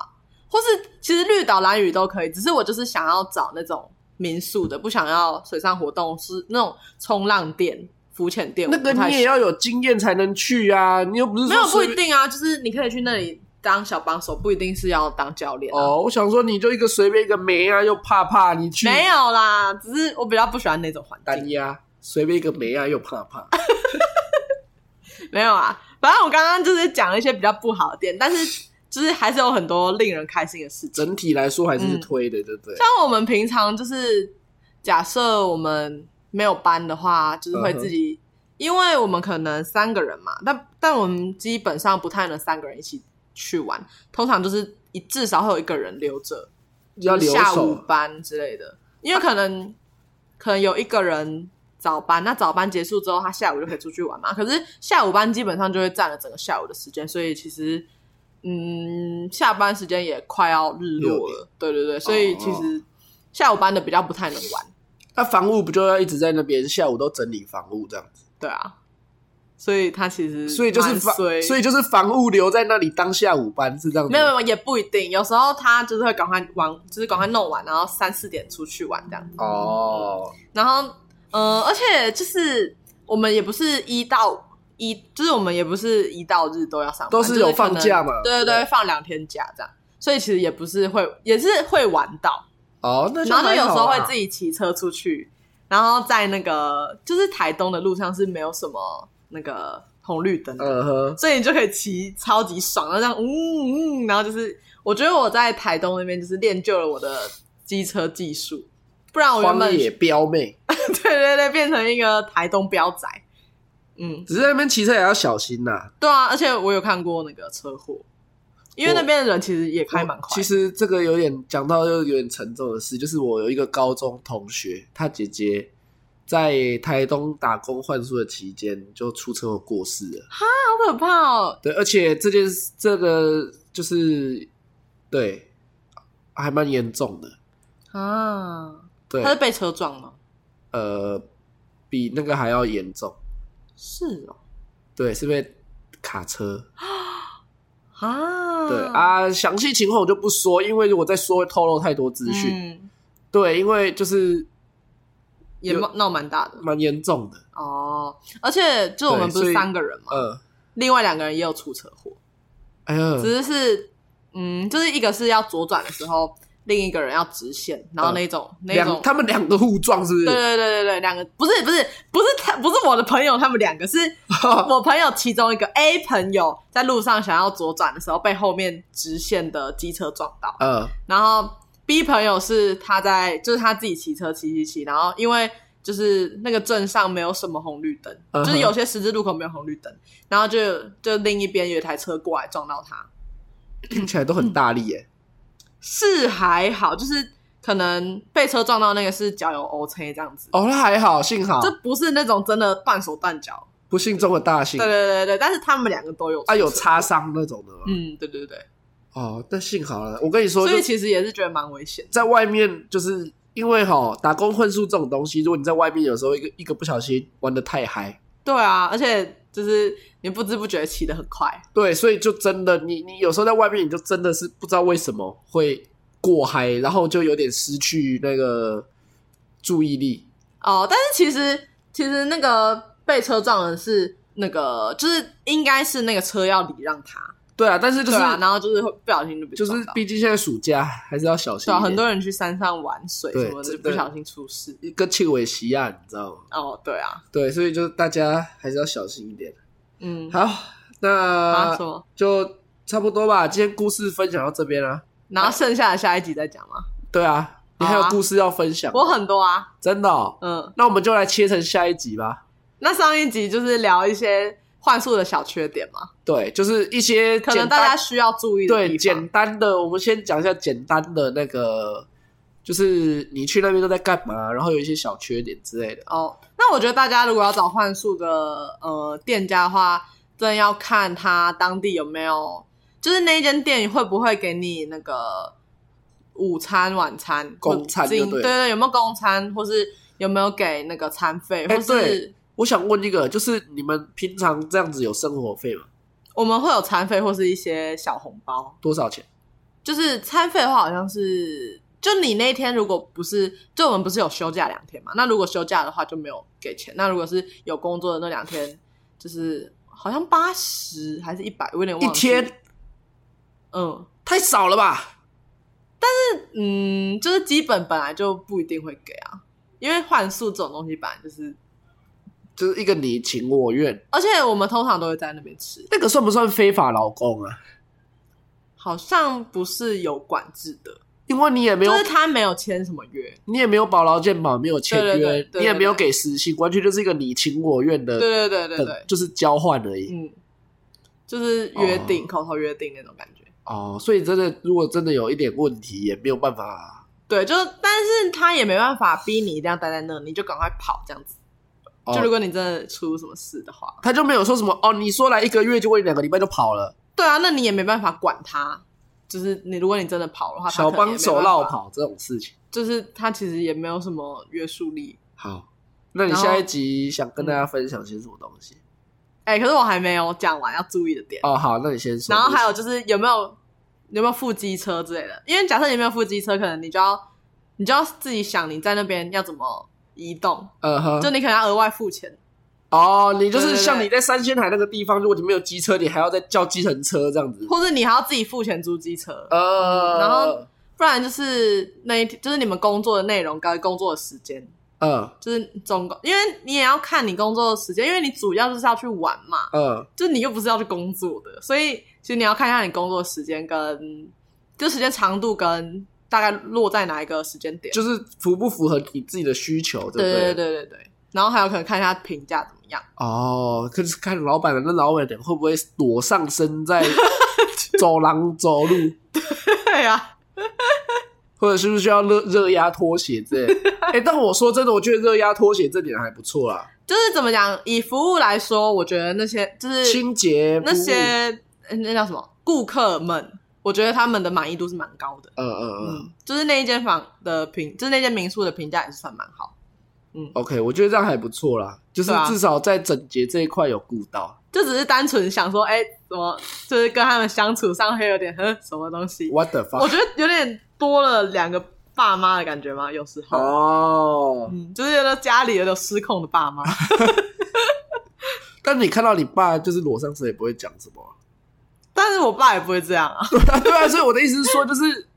[SPEAKER 1] 或是其实绿岛、蓝屿都可以。只是我就是想要找那种民宿的，不想要水上活动，是那种冲浪店、浮潜店。
[SPEAKER 2] 那
[SPEAKER 1] 我
[SPEAKER 2] 个
[SPEAKER 1] 不太
[SPEAKER 2] 你也
[SPEAKER 1] 喜
[SPEAKER 2] 要有经验才能去啊，你又不是
[SPEAKER 1] 没
[SPEAKER 2] 说
[SPEAKER 1] 有不
[SPEAKER 2] 随
[SPEAKER 1] 一
[SPEAKER 2] 便
[SPEAKER 1] 定啊，就是你可以去那里当小帮手，不一定是要当教练、啊。
[SPEAKER 2] 哦。我想说，你就一个随便一个没啊，又怕怕，你去
[SPEAKER 1] 没有啦，只是我比较不喜欢那种环境。
[SPEAKER 2] 单压，随便一个没啊，又怕怕。
[SPEAKER 1] 没有啊，反正我刚刚就是讲了一些比较不好的点，但是就是还是有很多令人开心的事情。
[SPEAKER 2] 整体来说还是
[SPEAKER 1] 嗯
[SPEAKER 2] 推的，对不对？
[SPEAKER 1] 像我们平常就是假设我们没有班的话，就是会自己，因为我们可能三个人嘛，但但我们基本上不太能三个人一起去玩，通常就是一至少会有一个人留着，
[SPEAKER 2] 要留
[SPEAKER 1] 下午
[SPEAKER 2] 守
[SPEAKER 1] 班之类的，因为可能、可能有一个人。早班，那早班结束之后，他下午就可以出去玩嘛。可是下午班基本上就会占了整个下午的时间，所以其实，嗯，下班时间也快要日
[SPEAKER 2] 六
[SPEAKER 1] 落
[SPEAKER 2] 点
[SPEAKER 1] 了。对对对，所以
[SPEAKER 2] 哦
[SPEAKER 1] 其实下午班的比较不太能玩，
[SPEAKER 2] 那房屋不就要一直在那边，下午都整理房屋这样子，
[SPEAKER 1] 对啊，所以他其实
[SPEAKER 2] 所以就
[SPEAKER 1] 嗯
[SPEAKER 2] 是
[SPEAKER 1] 蛮
[SPEAKER 2] 房，
[SPEAKER 1] 衰嗯
[SPEAKER 2] 所以就是房屋留在那里当下午班是这样子
[SPEAKER 1] 没
[SPEAKER 2] 吗。
[SPEAKER 1] 有没有也不一定，有时候他就是会赶快玩，就是赶快弄完，然后三四点出去玩这样，
[SPEAKER 2] 哦，
[SPEAKER 1] 然后呃，而且就是我们也不是一到。一就是我们也不是一到日都要上班，
[SPEAKER 2] 都是有放假嘛
[SPEAKER 1] 就是可能对对
[SPEAKER 2] 对
[SPEAKER 1] 对，放两天假这样，所以其实也不是会，也是会玩到，
[SPEAKER 2] 哦，那
[SPEAKER 1] 然后就有时候会自
[SPEAKER 2] 己
[SPEAKER 1] 己骑车出去，然后在那个就是台东的路上是没有什么那个红绿灯的，
[SPEAKER 2] 嗯哼，
[SPEAKER 1] 所以你就可以骑超级爽，然后这样嗯嗯，然后就是我觉得我在台东那边就是练就了我的机车技术，不然我原
[SPEAKER 2] 荒
[SPEAKER 1] 本
[SPEAKER 2] 野
[SPEAKER 1] 对
[SPEAKER 2] 彪妹，
[SPEAKER 1] 对对变成一个台东标仔，嗯，
[SPEAKER 2] 只是在那边骑车也要小心呐、
[SPEAKER 1] 对啊，而且我有看过那个车祸，因为
[SPEAKER 2] 我
[SPEAKER 1] 那边的人其实也开蛮快的，
[SPEAKER 2] 其实这个有点讲到又有点沉重的事，就是我有一个高中同学，他姐姐在台东打工换宿的期间就出车祸过世了。
[SPEAKER 1] 好可怕哦，
[SPEAKER 2] 对，而且这件事这个就是对，还蛮严重的。
[SPEAKER 1] 啊，
[SPEAKER 2] 对
[SPEAKER 1] 他，是被车撞吗？
[SPEAKER 2] 呃，比那个还要严重。
[SPEAKER 1] 是哦。
[SPEAKER 2] 对，是被卡车。
[SPEAKER 1] 啊，
[SPEAKER 2] 对，啊，详细情况我就不说，因为如果再说会透露太多资讯。
[SPEAKER 1] 嗯、
[SPEAKER 2] 对，因为就是
[SPEAKER 1] 也
[SPEAKER 2] 有
[SPEAKER 1] 闹闹蛮大的
[SPEAKER 2] 蛮严重的。
[SPEAKER 1] 哦。而且就是我们不
[SPEAKER 2] 对所
[SPEAKER 1] 是
[SPEAKER 2] 以
[SPEAKER 1] 三个人嘛，
[SPEAKER 2] 呃，
[SPEAKER 1] 另外两个人也有出车祸，
[SPEAKER 2] 哎呀，
[SPEAKER 1] 只是是嗯，就是一个是要左转的时候，另一个人要直线，然后那种、那
[SPEAKER 2] 嗯两
[SPEAKER 1] 种，
[SPEAKER 2] 他们两个互撞是不是？
[SPEAKER 1] 对对对对对，两个不是不是不是他不是我的朋友，他们两 个是我朋友其中一个 A 朋友在路上想要左转的时候被后面直线的机车撞到，
[SPEAKER 2] 呃，
[SPEAKER 1] 然后 B 朋友是他在就是他自己骑车骑骑骑，然后因为就是那个镇上没有什么红绿灯
[SPEAKER 2] 嗯哼
[SPEAKER 1] 就是有些十字路口没有红绿灯，然后就就另一边有一台车过来撞到他，
[SPEAKER 2] 听起来都很大力耶、
[SPEAKER 1] 是还好，就是可能被车撞到那个是脚有 O C 这样子，
[SPEAKER 2] 哦，那还好，幸好
[SPEAKER 1] 这不是那种真的断手断脚，
[SPEAKER 2] 不幸中的大幸
[SPEAKER 1] 对对。对对，但是他们两个都有
[SPEAKER 2] 啊，有
[SPEAKER 1] 车，
[SPEAKER 2] 擦伤那种的吗？
[SPEAKER 1] 嗯，对对对，
[SPEAKER 2] 哦，但幸好了。我跟你说，
[SPEAKER 1] 所
[SPEAKER 2] 就
[SPEAKER 1] 以其实也是觉得蛮危险的，
[SPEAKER 2] 在外面，就是因为哈打工混宿这种东西，如果你在外面有时候一个一个不小心玩的太嗨，
[SPEAKER 1] 对啊，而且就是你不知不觉骑得很快，
[SPEAKER 2] 对，所以就真的你你有时候在外面，你就真的是不知道为什么会过嗨，然后就有点失去那个注意力。
[SPEAKER 1] 哦，但是其实其实那个被车撞的是那个，就是应该是那个车要礼让他，
[SPEAKER 2] 对啊，但是就是、
[SPEAKER 1] 对啊，然后就是会不小心就被
[SPEAKER 2] 就
[SPEAKER 1] 撞
[SPEAKER 2] 是
[SPEAKER 1] 到，，
[SPEAKER 2] 毕竟现在暑假还是要小心
[SPEAKER 1] 对
[SPEAKER 2] 一
[SPEAKER 1] 啊，
[SPEAKER 2] 点。
[SPEAKER 1] 很多人去山上玩水
[SPEAKER 2] 对
[SPEAKER 1] 什么的，
[SPEAKER 2] 真
[SPEAKER 1] 不
[SPEAKER 2] 的
[SPEAKER 1] 小心出事。
[SPEAKER 2] 一个气尾西亚，啊你知道吗？
[SPEAKER 1] 哦，对啊，
[SPEAKER 2] 对，所以就是大家还是要小心一点。
[SPEAKER 1] 嗯，
[SPEAKER 2] 好，呃那
[SPEAKER 1] 啊什么？
[SPEAKER 2] 就差不多吧。今天故事分享到这边啊。
[SPEAKER 1] 然后剩下的下一集再讲嘛。
[SPEAKER 2] 对啊，你还有
[SPEAKER 1] 好啊
[SPEAKER 2] 故事要分享？
[SPEAKER 1] 我很多啊，
[SPEAKER 2] 真的、哦。
[SPEAKER 1] 嗯，
[SPEAKER 2] 那我们就来切成下一集吧。
[SPEAKER 1] 那上一集就是聊一些幻术的小缺点嘛，
[SPEAKER 2] 对，就是一些
[SPEAKER 1] 可能
[SPEAKER 2] 简单
[SPEAKER 1] 大家需要注意的
[SPEAKER 2] 对
[SPEAKER 1] 地方。
[SPEAKER 2] 简单的，我们先讲一下简单的那个，就是你去那边都在干嘛，然后有一些小缺点之类的。
[SPEAKER 1] 哦，那我觉得大家如果要找幻术的呃店家的话，真的要看他当地有没有，就是那间店会不会给你那个午餐、晚餐、
[SPEAKER 2] 供餐
[SPEAKER 1] 或
[SPEAKER 2] 就
[SPEAKER 1] 者对
[SPEAKER 2] 对了
[SPEAKER 1] 对，有没有供餐，或是有没有给那个餐费，
[SPEAKER 2] 哎
[SPEAKER 1] 或
[SPEAKER 2] 对
[SPEAKER 1] 是
[SPEAKER 2] 我想问一个，就是你们平常这样子有生活费吗？
[SPEAKER 1] 我们会有餐费或是一些小红包。
[SPEAKER 2] 多少钱？
[SPEAKER 1] 就是餐费的话，好像是就你那天如果不是，就我们不是有休假两天嘛？那如果休假的话就没有给钱。那如果是有工作的那两天，就是好像八十还是一百，我有点
[SPEAKER 2] 一
[SPEAKER 1] 忘记。
[SPEAKER 2] 天，
[SPEAKER 1] 嗯
[SPEAKER 2] 太少了吧？
[SPEAKER 1] 嗯，就是基本本来就不一定会给啊，因为换宿这种东西本来就是，
[SPEAKER 2] 就是一个你情我愿，
[SPEAKER 1] 而且我们通常都会在那边吃，
[SPEAKER 2] 那个算不算非法劳工啊？
[SPEAKER 1] 好像不是有管制的，
[SPEAKER 2] 因为你也没有
[SPEAKER 1] 就是他没有签什么约。
[SPEAKER 2] 你也没有保劳健保，没有签约，
[SPEAKER 1] 对对对对
[SPEAKER 2] 你也没有给实薪，完全就是一个你情我愿的，
[SPEAKER 1] 对对对对
[SPEAKER 2] 的
[SPEAKER 1] 对，
[SPEAKER 2] 就是交换而已。
[SPEAKER 1] 嗯，就是约
[SPEAKER 2] 哦
[SPEAKER 1] 定、口头约定那种感觉。
[SPEAKER 2] 哦，所以真的，如果真的有一点问题，也没有办法。
[SPEAKER 1] 对，就但是他也没办法逼你一定要待在那，你就赶快跑这样子。
[SPEAKER 2] 哦、
[SPEAKER 1] 就如果你真的出什么事的话，
[SPEAKER 2] 他就没有说什么哦，你说来一个月，结果你两个礼拜就跑了，
[SPEAKER 1] 对啊，那你也没办法管他。就是你，如果你真的跑啊的话，他
[SPEAKER 2] 小
[SPEAKER 1] 可能也
[SPEAKER 2] 帮
[SPEAKER 1] 没
[SPEAKER 2] 手
[SPEAKER 1] 办法
[SPEAKER 2] 绕，跑这种事情。
[SPEAKER 1] 就是他其实也没有什么约束力。
[SPEAKER 2] 好，那你
[SPEAKER 1] 然后
[SPEAKER 2] 下一集想跟大家分享些什么东西？
[SPEAKER 1] 哎、可是我还没有讲完要注意的点。
[SPEAKER 2] 哦，好，那你先说。
[SPEAKER 1] 然后还有就是有没有有没有副机车之类的？因为假设你没有副机车，可能你就要你就要自己想你在那边要怎么移动，
[SPEAKER 2] 嗯哼，
[SPEAKER 1] 就你可能要额外付钱。
[SPEAKER 2] 哦，你就是
[SPEAKER 1] 对对对
[SPEAKER 2] 像你在三仙海那个地方，如果你没有机车，你还要再叫计程车这样子。
[SPEAKER 1] 或者你还要自己付钱租机车，
[SPEAKER 2] 呃，
[SPEAKER 1] 然后不然就是那一天就是你们工作的内容跟工作的时间，
[SPEAKER 2] 嗯
[SPEAKER 1] 就是总共，因为你也要看你工作的时间，因为你主要就是要去玩嘛，
[SPEAKER 2] 嗯，
[SPEAKER 1] 就是你又不是要去工作的，所以其实你要看一下你工作的时间跟就时间长度跟大概落在哪一个时间点，
[SPEAKER 2] 就是符不符合你自己的需求，对不
[SPEAKER 1] 对对
[SPEAKER 2] 对
[SPEAKER 1] 对对对，然后还有可能看一下评价怎么样，
[SPEAKER 2] 哦，可是看老板的，那老板娘会不会裸上 身在走廊走路，
[SPEAKER 1] 对啊，
[SPEAKER 2] 或者是不是需要热热压拖鞋之 类的？哎、但我说真的，我觉得热压拖鞋这点还不错啦，
[SPEAKER 1] 就是怎么讲，以服务来说，我觉得那些就是
[SPEAKER 2] 清洁
[SPEAKER 1] 那些
[SPEAKER 2] 服务
[SPEAKER 1] 呃那叫什么顾客们，我觉得他们的满意度是蛮高的。
[SPEAKER 2] 呃呃呃、
[SPEAKER 1] 嗯，就是那一间房的评，就是那间民宿的评价也是算蛮好。
[SPEAKER 2] o k 我觉得这样还不错啦，就是
[SPEAKER 1] 对啊
[SPEAKER 2] 至少在整洁这一块有顾到。
[SPEAKER 1] 就只是单纯想说，哎、怎么就是跟他们相处上会有点呵什么东西？
[SPEAKER 2] What the
[SPEAKER 1] 我
[SPEAKER 2] fuck？
[SPEAKER 1] 觉得有点多了两个爸妈的感觉嘛，有时候，
[SPEAKER 2] 哦，
[SPEAKER 1] 嗯，就是有点家里有点失控的爸 妈。
[SPEAKER 2] 但你看到你爸就是裸上身，也不会讲什么啊。
[SPEAKER 1] 但是我爸也不会这样啊，
[SPEAKER 2] 对啊，对啊，所以我的意思是说，就是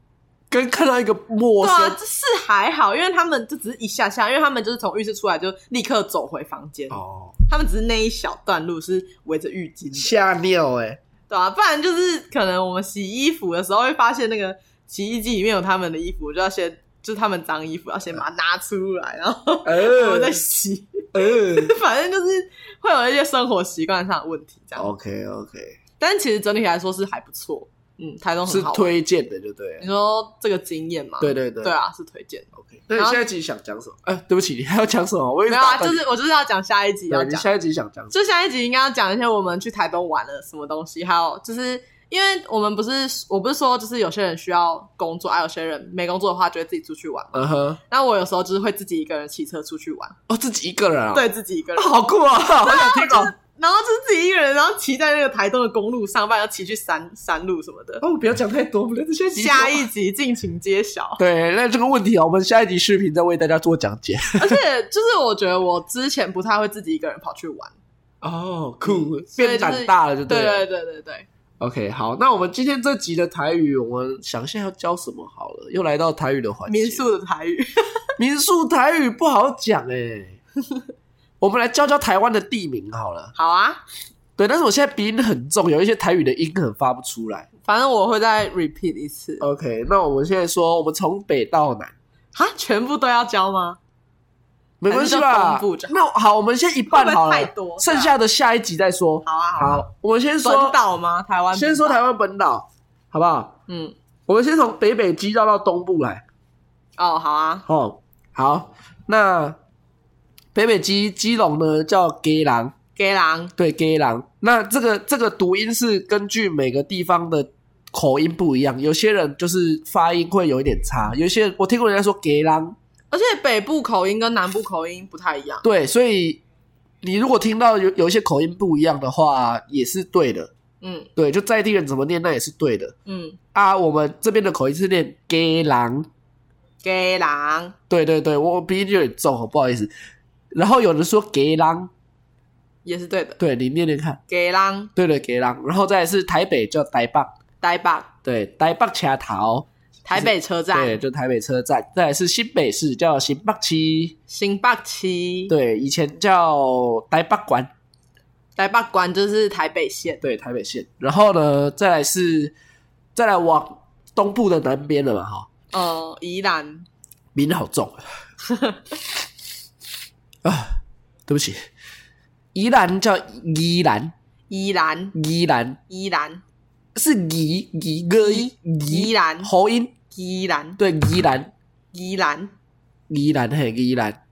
[SPEAKER 2] 跟看到一个陌
[SPEAKER 1] 对
[SPEAKER 2] 生，
[SPEAKER 1] 啊，这是还好，因为他们就只是一下下，因为他们就是从浴室出来就立刻走回房间，
[SPEAKER 2] 哦，
[SPEAKER 1] 他们只是那一小段路是围着浴巾的，
[SPEAKER 2] 吓尿哎、
[SPEAKER 1] 对啊，不然就是可能我们洗衣服的时候会发现那个洗衣机里面有他们的衣服，就要先就是他们脏衣服要先把它拿出来，然后我
[SPEAKER 2] 呃
[SPEAKER 1] 们再洗，
[SPEAKER 2] 呃
[SPEAKER 1] 反正就是会有一些生活习惯上的问题这样。
[SPEAKER 2] ，OK OK，
[SPEAKER 1] 但其实整体来说是还不错，嗯，台中
[SPEAKER 2] 是
[SPEAKER 1] 很好玩。
[SPEAKER 2] 推荐的就对
[SPEAKER 1] 你
[SPEAKER 2] 了，
[SPEAKER 1] 说这个经验嘛？
[SPEAKER 2] 对对对
[SPEAKER 1] 对啊，是推荐。
[SPEAKER 2] ，OK。那你
[SPEAKER 1] 然后
[SPEAKER 2] 下一集想讲什么？哎、对不起，你还要讲什么？我一直
[SPEAKER 1] 没有啊，
[SPEAKER 2] 打断
[SPEAKER 1] 就
[SPEAKER 2] 你
[SPEAKER 1] 是我就是要讲下一集要
[SPEAKER 2] 对你
[SPEAKER 1] 讲，
[SPEAKER 2] 下一集想讲什
[SPEAKER 1] 就下一集应该要讲一些我们去台东玩了什么东西，还有就是因为我们不是我不是说就是有些人需要工作，而、有些人没工作的话就会自己出去玩嘛。
[SPEAKER 2] 么？嗯哼，
[SPEAKER 1] 那我有时候就是会自己一个人骑车出去玩，
[SPEAKER 2] 哦，自己一个人啊，
[SPEAKER 1] 对自己一个
[SPEAKER 2] 啊，
[SPEAKER 1] 人，
[SPEAKER 2] 好酷啊，好想听哦。
[SPEAKER 1] 然后就是自己一个人，然后骑在那个台东的公路上，不然要骑去山山路什么的。
[SPEAKER 2] 哦，不要讲太多，我们下一集
[SPEAKER 1] 下一集敬请揭 晓。
[SPEAKER 2] 啊对，那这个问题啊，我们下一集视频再为大家做讲解。
[SPEAKER 1] 而且就是我觉得我之前不太会自己一个人跑去玩，
[SPEAKER 2] 哦，酷，
[SPEAKER 1] 嗯所以就是
[SPEAKER 2] 变胆大了就
[SPEAKER 1] 对
[SPEAKER 2] 了。
[SPEAKER 1] 对对对对，
[SPEAKER 2] OK，好，那我们今天这集的台语，我们想一下要教什么好了。又来到台语的环节，
[SPEAKER 1] 民宿的台语，
[SPEAKER 2] 民宿台语不好讲哎、 我们来教教台湾的地名好了。
[SPEAKER 1] 好啊，
[SPEAKER 2] 对，但是我现在鼻音很重，有一些台语的音很发不出来。
[SPEAKER 1] 反正我会再 repeat 一次。
[SPEAKER 2] OK，那我们现在说，我们从北到南，
[SPEAKER 1] 啊，全部都要教吗？
[SPEAKER 2] 没关
[SPEAKER 1] 还是
[SPEAKER 2] 系
[SPEAKER 1] 就
[SPEAKER 2] 吧
[SPEAKER 1] 东部就？好
[SPEAKER 2] 那好，我们先一半好了，
[SPEAKER 1] 会不会太多
[SPEAKER 2] 剩下的下一集再说。
[SPEAKER 1] 好啊，啊。
[SPEAKER 2] 好，我们先说
[SPEAKER 1] 本，岛吗？台湾？
[SPEAKER 2] 先说，台湾本岛，好不好？
[SPEAKER 1] 嗯，
[SPEAKER 2] 我们先从北北基绕到东部来。
[SPEAKER 1] 哦，好啊，
[SPEAKER 2] 哦，好，那北北基基隆呢叫基郎，
[SPEAKER 1] 给狼，
[SPEAKER 2] 对基郎。那这个这个读音是根据每个地方的口音不一样，有些人就是发音会有一点差，有些人我听过人家说基郎，
[SPEAKER 1] 而且北部口音跟南部口音不太一样。
[SPEAKER 2] 对，所以你如果听到有有一些口音不一样的话，也是对的，
[SPEAKER 1] 嗯
[SPEAKER 2] 对，就在地人怎么念那也是对的
[SPEAKER 1] 嗯，
[SPEAKER 2] 啊。我们这边的口音是念基郎，
[SPEAKER 1] 给狼，
[SPEAKER 2] 对对对，我我鼻音有点重，不好意思。然后有人说基郎，
[SPEAKER 1] 也是对的，
[SPEAKER 2] 对你念念看。
[SPEAKER 1] 给狼，
[SPEAKER 2] 对对，给浪，然后再来是台北叫台北，
[SPEAKER 1] 台北，
[SPEAKER 2] 对，台北车头，
[SPEAKER 1] 台北车
[SPEAKER 2] 对，
[SPEAKER 1] 站，
[SPEAKER 2] 就台北车站，再来是新北市叫新北区，
[SPEAKER 1] 新北区，
[SPEAKER 2] 对，以前叫台北馆，
[SPEAKER 1] 台北关就是台北县，
[SPEAKER 2] 对，台北县，然后呢，再来是再来往东部的南边了嘛，哈，
[SPEAKER 1] 呃，宜兰，
[SPEAKER 2] 名好重 啊，对不起，宜兰叫宜兰，
[SPEAKER 1] 宜兰，
[SPEAKER 2] 宜兰
[SPEAKER 1] 宜兰，
[SPEAKER 2] 是宜宜个宜
[SPEAKER 1] 宜兰
[SPEAKER 2] 喉音，
[SPEAKER 1] 宜兰，
[SPEAKER 2] 对，宜兰。
[SPEAKER 1] 宜兰，
[SPEAKER 2] 宜兰嘿，宜兰，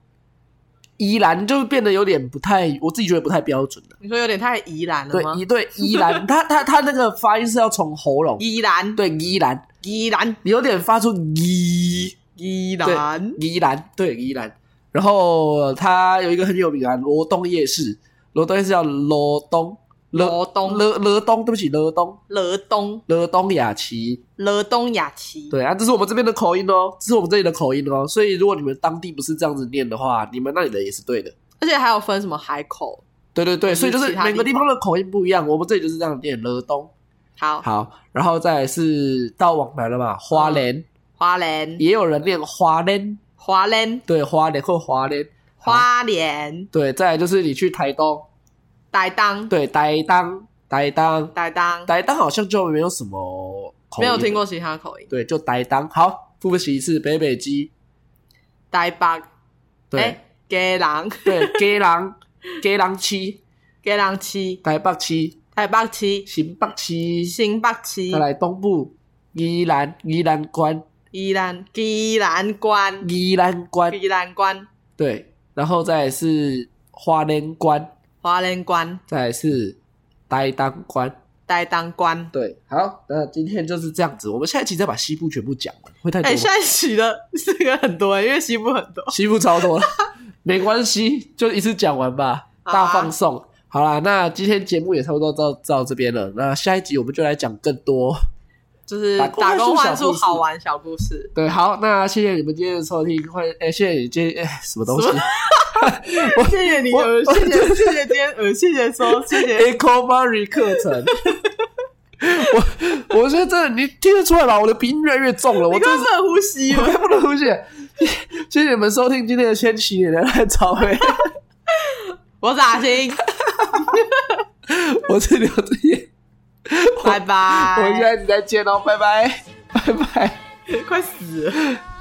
[SPEAKER 2] 宜兰就变得有点不太，我自己觉得不太标准了。
[SPEAKER 1] 你说有点太宜兰了
[SPEAKER 2] 对
[SPEAKER 1] 吗，
[SPEAKER 2] 宜？对 宜兰，他他他那个发音是要从喉咙，
[SPEAKER 1] 宜兰，
[SPEAKER 2] 对宜兰，
[SPEAKER 1] 宜兰，
[SPEAKER 2] 你有点发出宜，
[SPEAKER 1] 宜
[SPEAKER 2] 对
[SPEAKER 1] 兰，
[SPEAKER 2] 宜兰，对宜兰。然后它有一个很有名啊，罗东夜市，罗东夜市叫罗东，罗
[SPEAKER 1] 罗东
[SPEAKER 2] 罗罗东，对不起，罗东，
[SPEAKER 1] 罗东，
[SPEAKER 2] 罗东雅琪，
[SPEAKER 1] 罗东雅琪，
[SPEAKER 2] 对啊，这是我们这边的口音哦，这是我们这里的口音哦。所以如果你们当地不是这样子念的话，你们那里的也是对的。
[SPEAKER 1] 而且还有分什么海口。
[SPEAKER 2] 对对对，
[SPEAKER 1] 或
[SPEAKER 2] 所以
[SPEAKER 1] 者
[SPEAKER 2] 就是是
[SPEAKER 1] 其他
[SPEAKER 2] 每个
[SPEAKER 1] 地
[SPEAKER 2] 地方的口音不一样，我们这里就是这样念了东。
[SPEAKER 1] 好，
[SPEAKER 2] 好，然后再来是到往南了嘛，花莲
[SPEAKER 1] 花莲，
[SPEAKER 2] 也有人念花莲，
[SPEAKER 1] 花莲，
[SPEAKER 2] 对，花莲或花莲，好
[SPEAKER 1] 花莲，
[SPEAKER 2] 对，再来就是你去台东，
[SPEAKER 1] 台东，
[SPEAKER 2] 对，台当台当
[SPEAKER 1] 台东，
[SPEAKER 2] 台当好像就没有什么口
[SPEAKER 1] 没
[SPEAKER 2] 音，
[SPEAKER 1] 有听，过其他口音。
[SPEAKER 2] 对，就台当。好，复习一次北北基，
[SPEAKER 1] 台北，
[SPEAKER 2] 对
[SPEAKER 1] 哎，鸡人，
[SPEAKER 2] 对， 基郎基郎七，
[SPEAKER 1] 鸡人市，
[SPEAKER 2] 台北七，
[SPEAKER 1] 台北市，
[SPEAKER 2] 新北七，
[SPEAKER 1] 新北市
[SPEAKER 2] 再，来东部宜兰宜兰关
[SPEAKER 1] 宜兰，宜兰关，
[SPEAKER 2] 宜兰关。
[SPEAKER 1] 宜兰关，
[SPEAKER 2] 对，然后再来是花莲关，
[SPEAKER 1] 花莲关，
[SPEAKER 2] 再来是呆当关。
[SPEAKER 1] 台东关。
[SPEAKER 2] 对，好，那今天就是这样子，我们下一期再把西部全部讲完，会太多
[SPEAKER 1] 哎，
[SPEAKER 2] 了，
[SPEAKER 1] 现在洗的这个很多，因为西部很多。
[SPEAKER 2] 西部超多了，没关系，就一次讲完吧，
[SPEAKER 1] 好啊
[SPEAKER 2] 大放送。好啦，那今天节目也差不多到到这边了，那下一集我们就来讲更多。
[SPEAKER 1] 就是
[SPEAKER 2] 打工
[SPEAKER 1] 打工
[SPEAKER 2] 换
[SPEAKER 1] 换宿
[SPEAKER 2] 宿小故事
[SPEAKER 1] 好玩小故事，
[SPEAKER 2] 对，好，那谢谢你们今天的收听，欢迎，哎、谢谢你今天、哎什么东西
[SPEAKER 1] 什么谢谢你，
[SPEAKER 2] 我
[SPEAKER 1] 呃，谢谢谢谢今天，呃，谢谢收，谢谢
[SPEAKER 2] ？Echo Mary 课程。 我我觉得这你听得出来吧？我的鼻音越来越重了，我
[SPEAKER 1] 你
[SPEAKER 2] 真
[SPEAKER 1] 快
[SPEAKER 2] 的是
[SPEAKER 1] 不能呼吸
[SPEAKER 2] 我
[SPEAKER 1] 了。
[SPEAKER 2] 快不能呼吸了。谢谢你们收听今天的千禧年代早会，
[SPEAKER 1] 我是阿星，
[SPEAKER 2] 我是刘志业，
[SPEAKER 1] 拜拜。
[SPEAKER 2] 我们下一集再见哦，拜拜，拜拜。
[SPEAKER 1] 快死了。